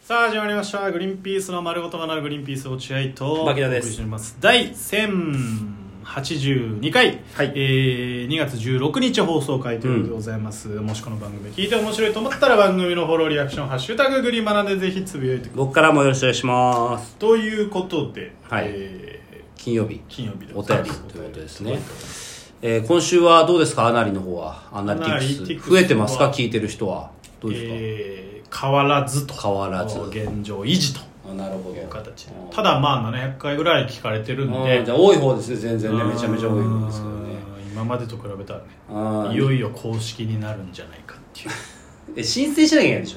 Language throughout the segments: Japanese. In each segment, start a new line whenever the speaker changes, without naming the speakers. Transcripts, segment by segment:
さあ始まりました「グリーンピースの丸ごと学ぶグリーンピース落合」と
牧田です
お送りしております第1082回、
はい
えー2月16日放送回ということでございます、もしこの番組聞いて面白いと思ったら番組のフォローリアクション「ハッシュタググリマナ」でぜひつぶやいてくださ
僕からもよろしくお願いします
いということで、
はい
え
金曜日
ー金曜日で
お
ござ
便
い
り
ます
ということですね、えー今週はどうですかアナリの方はアナリテ
アナリ
ィ
ティ
ク
ク
ス
ス
増えてますか聞いてる人はどうですか、
えー変わらずと
変わらず
現状維持と
あなるほ
いう
ど
形でただまあ700回ぐらい聞かれてるん
うん
で
じゃあ多い方ですね全然ねめちゃめちゃ多い方ですけどね
うん今までと比べたらね
あー
いよいよ公式になるんじゃないかっていう、
え申請しなきゃいけないでしょ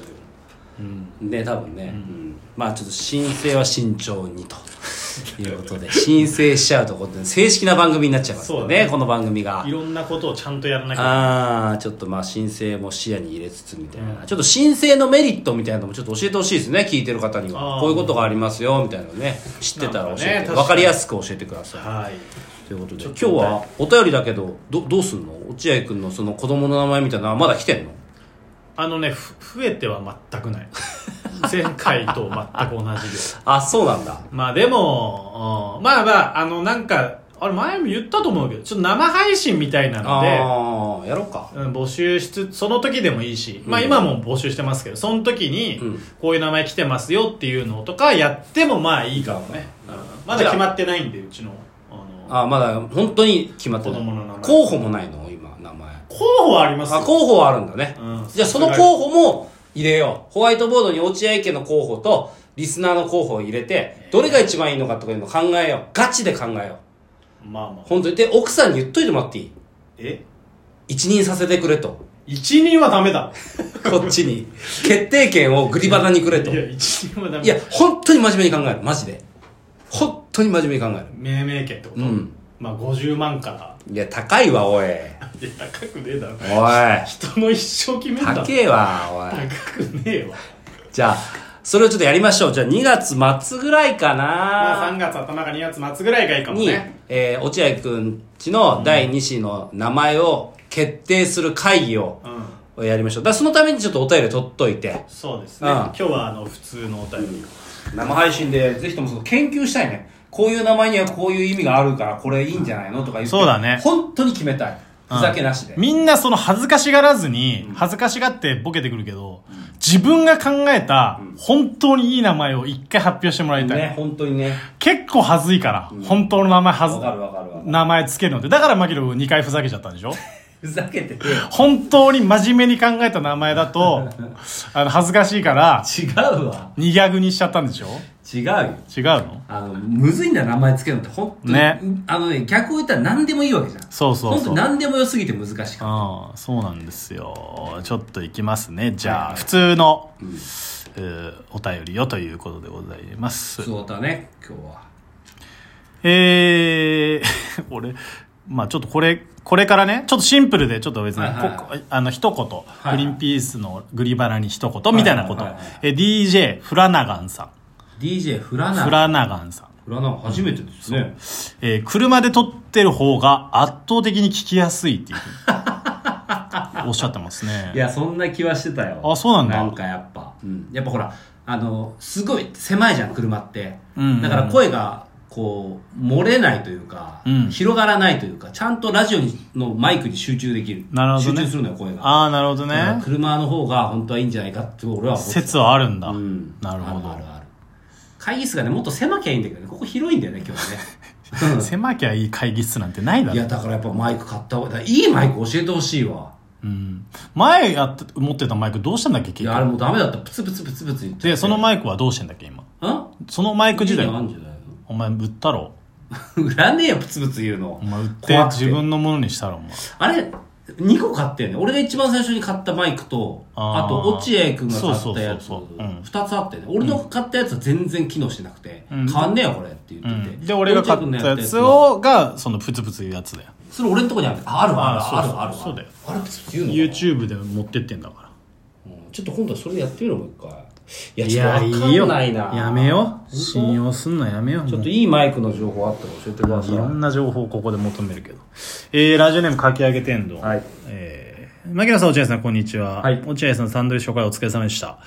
うん、
ね多分ね、うんまあちょっと申請は慎重にと いうことで申請しちゃうとこで正式な番組になっちゃいますから
そうだ
ね
ね
この番組が
いろんなことをちゃんとやらなきゃ
ああちょっとまあ申請も視野に入れつつみたいな、
うん
ちょっと申請のメリットみたいなのもちょっと教えてほしいですね聞いてる方に
あ
は
ー
こういうことがありますよみたいなのね知ってた
な
ら教え
んかね
て、
確かに
分かりやすく教えてくださ
はい
いということで
ちょっ
今日
とね
はお便りだけどどどうすんの落合君のその子供の名前みたいなのはまだ来てんの
あのねふ増えては全 くない前回と全く同じです
あそうなんだ
まあでも、うんまあまああのなんかあれ前も言ったと思うけどちょっと生配信みたいなので
ああやろうか
うん募集しつつその時でもいいし、まあ
うん
今も募集してますけどその時
うん
にこういう名前来てますよっていうのとかやってもまあいいかもね、うんまだ決まってないんでうちのあの
あーまだ本当に決まってない
子供の名前
候補もないの今名前
候補はありますよ
あ候補はあるんだね、
うん
じゃあその候補も入れようホワイトボードに落合家の候補とリスナーの候補を入れてどれが一番いいのかとかいうのを考えようガチで考えよう
まあまあ
本当にで奥さんに言っといてもらっていい
え
一任させてくれと
一人はダメだ
こっ ちに決定権をグリバナにくれと
いや
い
一人はダメだ
や本当に真面目に考えるマジで本当に真面目に考える
命名権ってこと、
うん
まあ50万から
いや高いわおい
いや高くねえだろ
おい
人の一生決めんだ
高えわおい
高くねえわ
じゃあそれをちょっとやりましょうじゃあ2月末ぐらいかな、
まあ3月頭か2月末ぐらいがいいかも
に、
ね
えー落合くんちの第2子の名前を決定する会議を
うん
やりましょう。だからそのためにちょっとお便り取っといて。
そうですね、
うん
今日はあの普通のお便り、
生配信でぜひともその研究したいね。こういう名前にはこういう意味があるからこれいいんじゃないのとか言って。
そうだね
本当に決めたい。ふざけなしで。
みんなその恥ずかしがらずに、恥ずかしがってボケてくるけど、自分が考えた本当にいい名前を一回発表してもらいたい。
ね、本当にね。
結構恥ずいから、本当の名前はず
わかるわかるわかる。
名前つけるのって。だからマキロ君2回ふざけちゃったんでしょ
ふざけてて。
本当に真面目に考えた名前だと、 あの、恥ずかしいから、
違うわ。
2ギャグにしちゃったんでしょ
違うよ。
違うの
あの、むずいんだよ、名前つけるのって、本当に。
ね
あのね、逆を言ったら何でもいいわけじゃん。
そうそうそう
本当に何でも良すぎて難しかった。
ああ、そうなんですよ。ちょっといきますね。じゃあ、普通の、
ん
えーお便りよということでございます
普。通だね、今日は。
えー、 俺、まあちょっとこれ、これからね、ちょっとシンプルで、ちょっと別に、
はいはいはい
こあの、一言、
いは
グ
い
リーンピースのグリバナに一言、みたいなこと。
はいはいはい
えー DJ、フラナガンさ
DJ フラ
ん。
ナ
フラナガンさん。
フラナ初めてですね。
えー車で撮ってる方が圧倒的に聞きやすいっていうふうにおっしゃってますね。
いや、そんな気はしてたよ。
あそうなんだ
なんかやっぱ。うん。やっぱほら、あの、すごい狭いじゃん、車って。
うんうんうん
だから声が、こう、漏れないというか、
うん
広がらないというか、ちゃんとラジオにのマイクに集中できる。
なるほどね
集中するのよ、声が。
ああ、なるほど
だから
ね。
車の方が本当はいいんじゃないかって俺は思ってた
説はあるんだ。
うん、
なるほど
あるあるある会議室がねもっと狭きゃいいんだけどねここ広いんだよね今日はねうん
狭きゃいい会議室なんてないだ
い
ろ。
やだからやっぱマイク買った方がだからいいマイク教えてほしいわ
うん。前やって、持ってたマイクどうしたんだっけ
い
結
やあれ
局。
もうダメだったプツプツプツプツ言って
で、そのマイクはどうしてんだっけ今。
うん
そのマイク時代
いいのあんじゃない
お前売ったろ
の 売らねえよプツプツ言うの
お前売って
怖く
自分のものにしたろお前
あれ2個買ってんね俺が一番最初に買ったマイクと
あー
あと落合君が買
そう
っ
そ
た
うそ
や
う
つ
そううん
2つあってね俺の買ったやつは全然機能してなくて、
うん
変わんねえよこれって言
う
ってて、
んで俺が買ったやつ
を
をがそのプツプツいうやつだよ
それ俺のとこにあるあるわ
あ
あるわあるわ
そうそうそうだよ
あるって言うのかな
YouTube で持ってってんだか
うんちょっと今度それでやってみろもう一回
ら
いやちょっとわかんないな
やめよ
本当
信用すんのやめよ
ちょっと
い
いいマイクの情報あったら教えてください
ろんな情報をここで求めるけどえー、ラジオネームかき上げ天童
はい
え牧野さん、落合さん、こんにちは。
はい
落合さん、サンドイッチ紹介お疲れ様でした。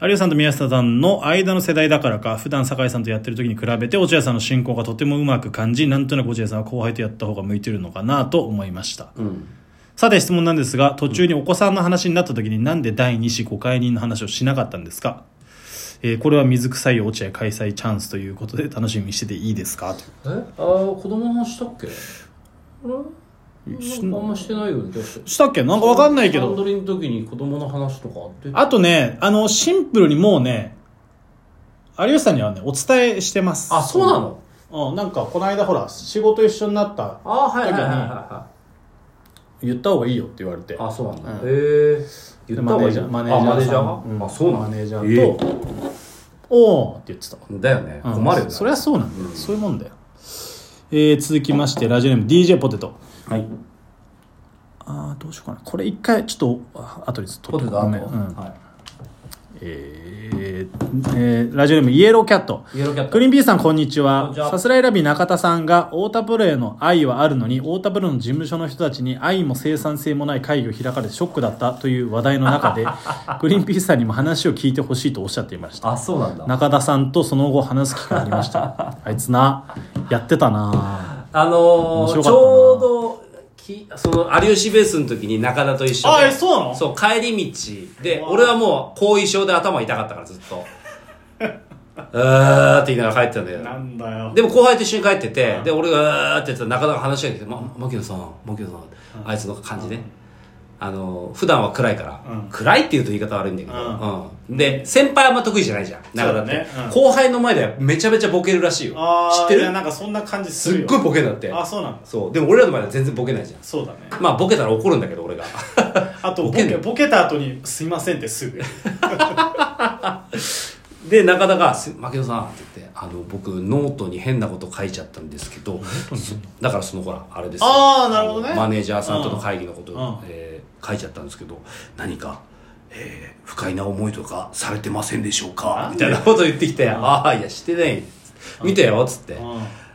有吉さんと宮下さんの間の世代だからか、普段酒井さんとやってる時に比べて、落合さんの進行がとてもうまく感じ、なんとなく落合さんは後輩とやった方が向いてるのかなと思いました。
うん。
さて質問なんですが、途中にお子さんの話になった時になんで第2子5回人の話をしなかったんですかえーこれは水臭い落合開催チャンスということで楽しみにしてていいですかと
えあー子供の話したっけあれ
し
なんかあんましてないよね。な
したっけなんかわかんないけ
サン
ど。
ドリの時に子供の話とかあって。
あとね、あの、シンプルにもうね、有吉さんにはね、お伝えしてます。
あ、そうなの
うん、なんかこの間ほら、仕事一緒になった、
あー、はいはいはいはい
言った方がいいよって言われて。
はい。あ、そうなんだ。
うん
へえ。言った
マ
方
ネー
がいい
ジ
じ
ャ
ゃ
ー、
ん。
マネージャー
あマネ
さん
ージャーが
うん
あ、そうなんだ。
マネージャーと、おーって言ってた。
だよね。
うん
困るよね。
そりゃそうなんだよ、そういうもんだよ、えー続きましてラジオネーム DJ ポテト
はい。
あーどうしようかなこれ一回ちょっとあ後でちょっと
ポ
取っ
テ
と
トあ
ご
ん
め
の
ん、うん
は
えーえーラジオネームイエローキャット
い。イエローキャット
グ。リーンピースさんこんにち
こん
は
にちは
さすらいラビ中田さんが太田プロへの愛はあるのに太田プロの事務所の人たちに愛も生産性もない会議を開かれてショックだったという話題の中 でグリーンピースさんにも話を聞いてほしいとおっしゃっていました
あ、そうなんだ。
中田さんとその後話す機会ありました あいつなやってたな
あ
面
のー、
白かっ
ち
たな
ょうどきその有吉ベースの時に中田と一緒で
あえそうなの
そう帰り道で
うわ
俺はもう後遺症で頭痛かったからずっ とあーって言いながら帰ってたんだよ
んだよ
でも後輩と一緒に帰ってて、で俺があーって言ってたら中田が話しかけて「ま、牧野さん牧野さん」あいつの感じね、あのー普段は暗いから、
うん
暗いって言うと言い方悪いんだけど、
うん
うんで先輩あんま得意じゃないじゃん中田って、
そうだねうん
後輩の前ではめちゃめちゃボケるらしいよ知ってる
んかそんな感じ
すっごいボケだって
そうなんだ
そう。でも俺らの前では全然ボケないじゃ
そうだね
ん。まあボケたら怒るんだけど俺が。
あと
ボケボケ
ボケた後に「すいません」ってす ぐ
で、中田が、す牧野さんって言って、あの、僕ノートに変なこと書いちゃったんですけど、だからそのほら、あれですよ
あーなるほどね
マネージャーさんとの会議のこと
うんうん
を、えー書いちゃったんですけど、何か、えー不快な思いとかされてませんでしょうか
なん
み
で
たいなこと言ってきて、ああ、いや、してない。見てよ、つって。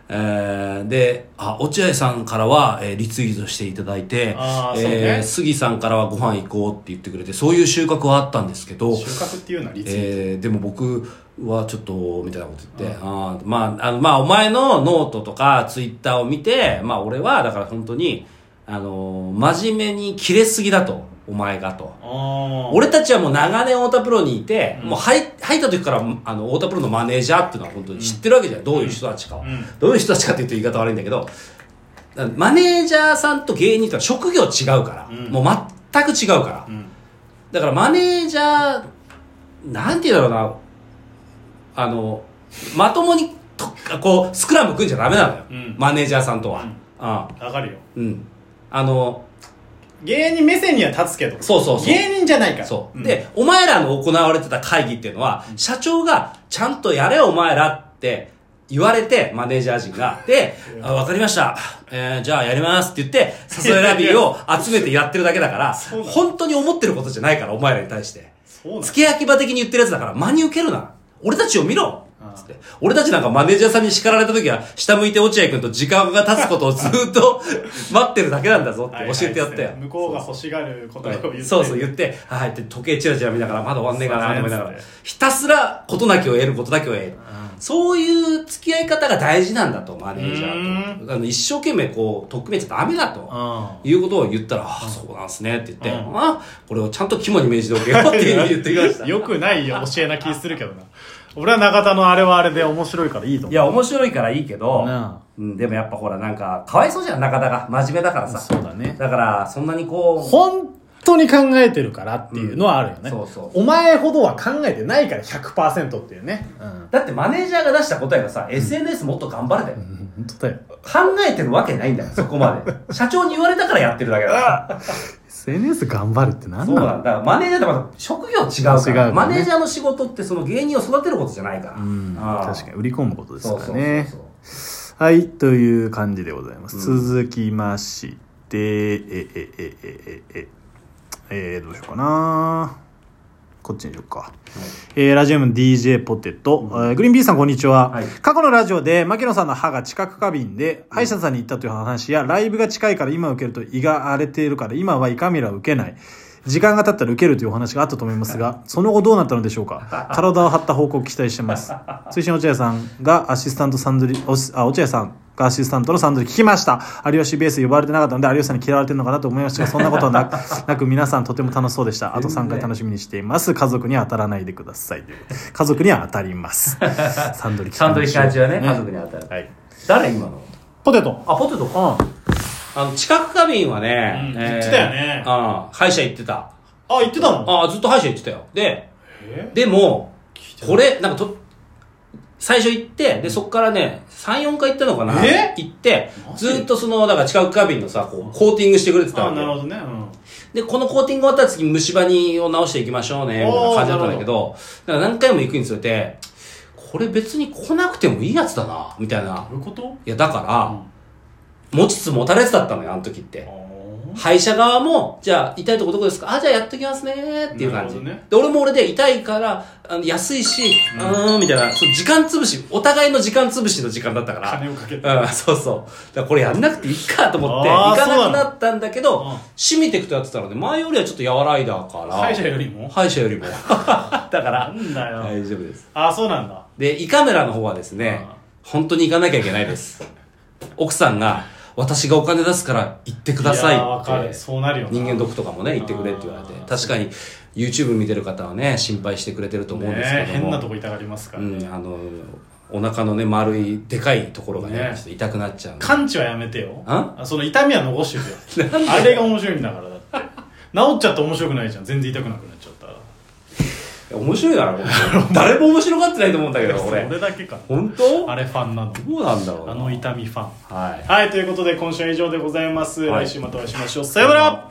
えーで、あ、落合さんからは、えーリツイートしていただいて、
あーそうね
えー杉さんからはご飯行こうって言ってくれて、そういう収穫はあったんですけど、
穫っていうのはリ
えーでも僕はちょっと、みたいなこと言って、あーまあ、あの、まあ、お前のノートとかツイッターを見て、まあ、俺は、だから本当に、あのー真面目に切れすぎだと、お前がと。俺たちはもう長年太田プロにいて、もう入入った時からあの太田プロのマネージャーっていうのは本当に知ってるわけじゃん、どういう人たちかを、
うん
どういう人たちかって言うと言い方悪いんだけどだからマネージャーさんと芸人とは職業違うから、
うん
もう全く違うから、
ん
だからマネージャーなんて言うんだろうなあのまともにとこうスクラム組んじゃダメなのよ、
うん
マネージャーさんとは、
うん
あ
わかるよ
あうんあの
芸人目線には立つけど
そうそうそう
芸人じゃないから
そう。
ん
で、お前らの行われてた会議っていうのは、社長が、ちゃんとやれよお前らって言われて、マネージャー陣 が。で、あわかりました。えー、じゃあやりますって言って、サソエ ラビーを集めてやってるだけだから、
そうなの
本当に思ってることじゃないから、お前らに対して。
そうなの
付け焼き場的に言ってるやつだから、真に受けるな。俺たちを見ろ
ああ
つって俺たちなんかマネージャーさんに叱られた時は、下向いて落合君と時間が経つことをずっ と待ってるだけなんだぞって教えてやったよ。
向こうが欲しがることを言って
そうそう言って、はい、って時計チラチラ見ながら、まだ終わんねえかなと思いなが
そう
ら
そう、
ひたすら事なきを得る、ことだけを得る。そういう付き合い方が大事なんだと、マネージャーと。あの一生懸命こう、とっくめちゃダメだと。
あ
いうことを言ったら、ああ、そうなんすねって言って、
うん
ああ、これをちゃんと肝に銘じておけよっていう言ってきました。
あよくないよ教えな気するけどな俺は中田のあれはあれで面白いからいいと思う
いや、面白いからいいけど
なあ、
うん、でもやっぱほら、なんか、かわいそうじゃん、中田が。真面目だからさ。
そうだね
だから、そんなにこう、
本当に考えてるからっていうのはあるよね、
うんそうそう
お前ほどは考えてないから100%っていうねうん
だってマネージャーが出した答えがさ、SNS もっと頑張れだよ。
本当だよ
考えてるわけないんだよ、そこまで。 社長に言われたからやってるだけだか
SNS 頑張るって
ら。
何
そう
な
な
の
んだ。だからマネージャーってまた職業違うか
違
ら。
うからね
マネージャーの仕事ってその芸人を育てることじゃないから。
うん
ああ
確かに売り込むことです
そう
から
そうそう
ね
そう。
はいという感じでございます、
うん
続きましてええええええええどうしようかなこっちにしようか。えーラジオネーム DJ ポテト、えーグリーンピースさんこんにちは、
はい
過去のラジオで牧野さんの歯が知覚過敏で歯医者さんに行ったという話やライブが近いから今受けると胃が荒れているから今は胃カメラを受けない時間が経ったら受けるというお話があったと思いますがその後どうなったのでしょう か体を張った報告を期待してます推進落合さんがアシスタントサンドリおしあ落合さんがアシスタントのサンドリ聞きました有吉ベース呼ばれてなかったので有吉さんに嫌われてるのかなと思いましたがそんなことはなくなく皆さんとても楽しそうでしたあと3回楽しみにしています家族には当たらないでくださいという家族には当たりますサンドリ聞きましょう
サンドイッチ味はね、家族に当たる。
はい
誰今の
ポテト
あ、ポテトか。
あ
あの、近く過敏はね、
うん言ってたよね
えーうん、歯医者行ってた。
言ってたの
ああ、ずっと歯医者行ってたよ。で、
え
でも、
てない
これ、なんかと、最初行って、で、そっからね、3、4回行ったのかな
え
行って
マ、ジ
ずっとその、だから、近く過敏のさ、こう、コーティングしてくれてたわけ。
ほどね、うん
で、このコーティング終わったら次虫歯にを直していきましょうね、みたいな感じだったんだけど、だから何回も行くにつれて、これ別に来なくてもいいやつだな、みたいな。
ういうこと
いや、だから、持ちつ持たれつだったのよ、あの時って。
あ
歯医者側も、じゃあ、痛いとこどこですかあ、じゃあやっときますねっていう感じ。
なるほどね
で、俺も俺で痛いから、あの安いし、うーん、みたいな、そう時間潰し、お互いの時間潰しの時間だったから。
金をかけて
うん、そうそう。だからこれやんなくていいかと思って、
あ
行
ー
かなくなったんだけ
そうなの
ど、しみてくとやってたので、前よりはちょっと和らいだから。
歯医者よりも
歯医者よ りも。だから、
なんだよ、
大丈夫です。
あそうなんだ
で、胃カメラの方はですね
ああ、
本当に行かなきゃいけないです。奥さんが、私がお金出すから行ってください
いやーわか
っ
る
て。
そうなるよな
人間ドックとかもね、行ってくれって言われて
あ。ー
確かに、YouTube 見てる方はね、心配してくれてると思うんですけ
ね
ども。
変なとこ痛がりますから、
う
ね
ん、あの、お腹のね、丸い、でかいところがね、
ね
ちょっと痛くなっちゃうんで。
完治はやめてよ
あ
その痛みは残してるよあれが面白いんだからだって治っちゃって面白くないじゃん全然痛くなくなっちゃったら
面白いだろ、 誰も面白がってないと思うんだけど、俺。
俺だけか
本当
あれファンなの
どうなんだろうな
あの痛みファン
はい。
はいということで今週は以上でございます、
はい
来週またお会いしましょうさようなら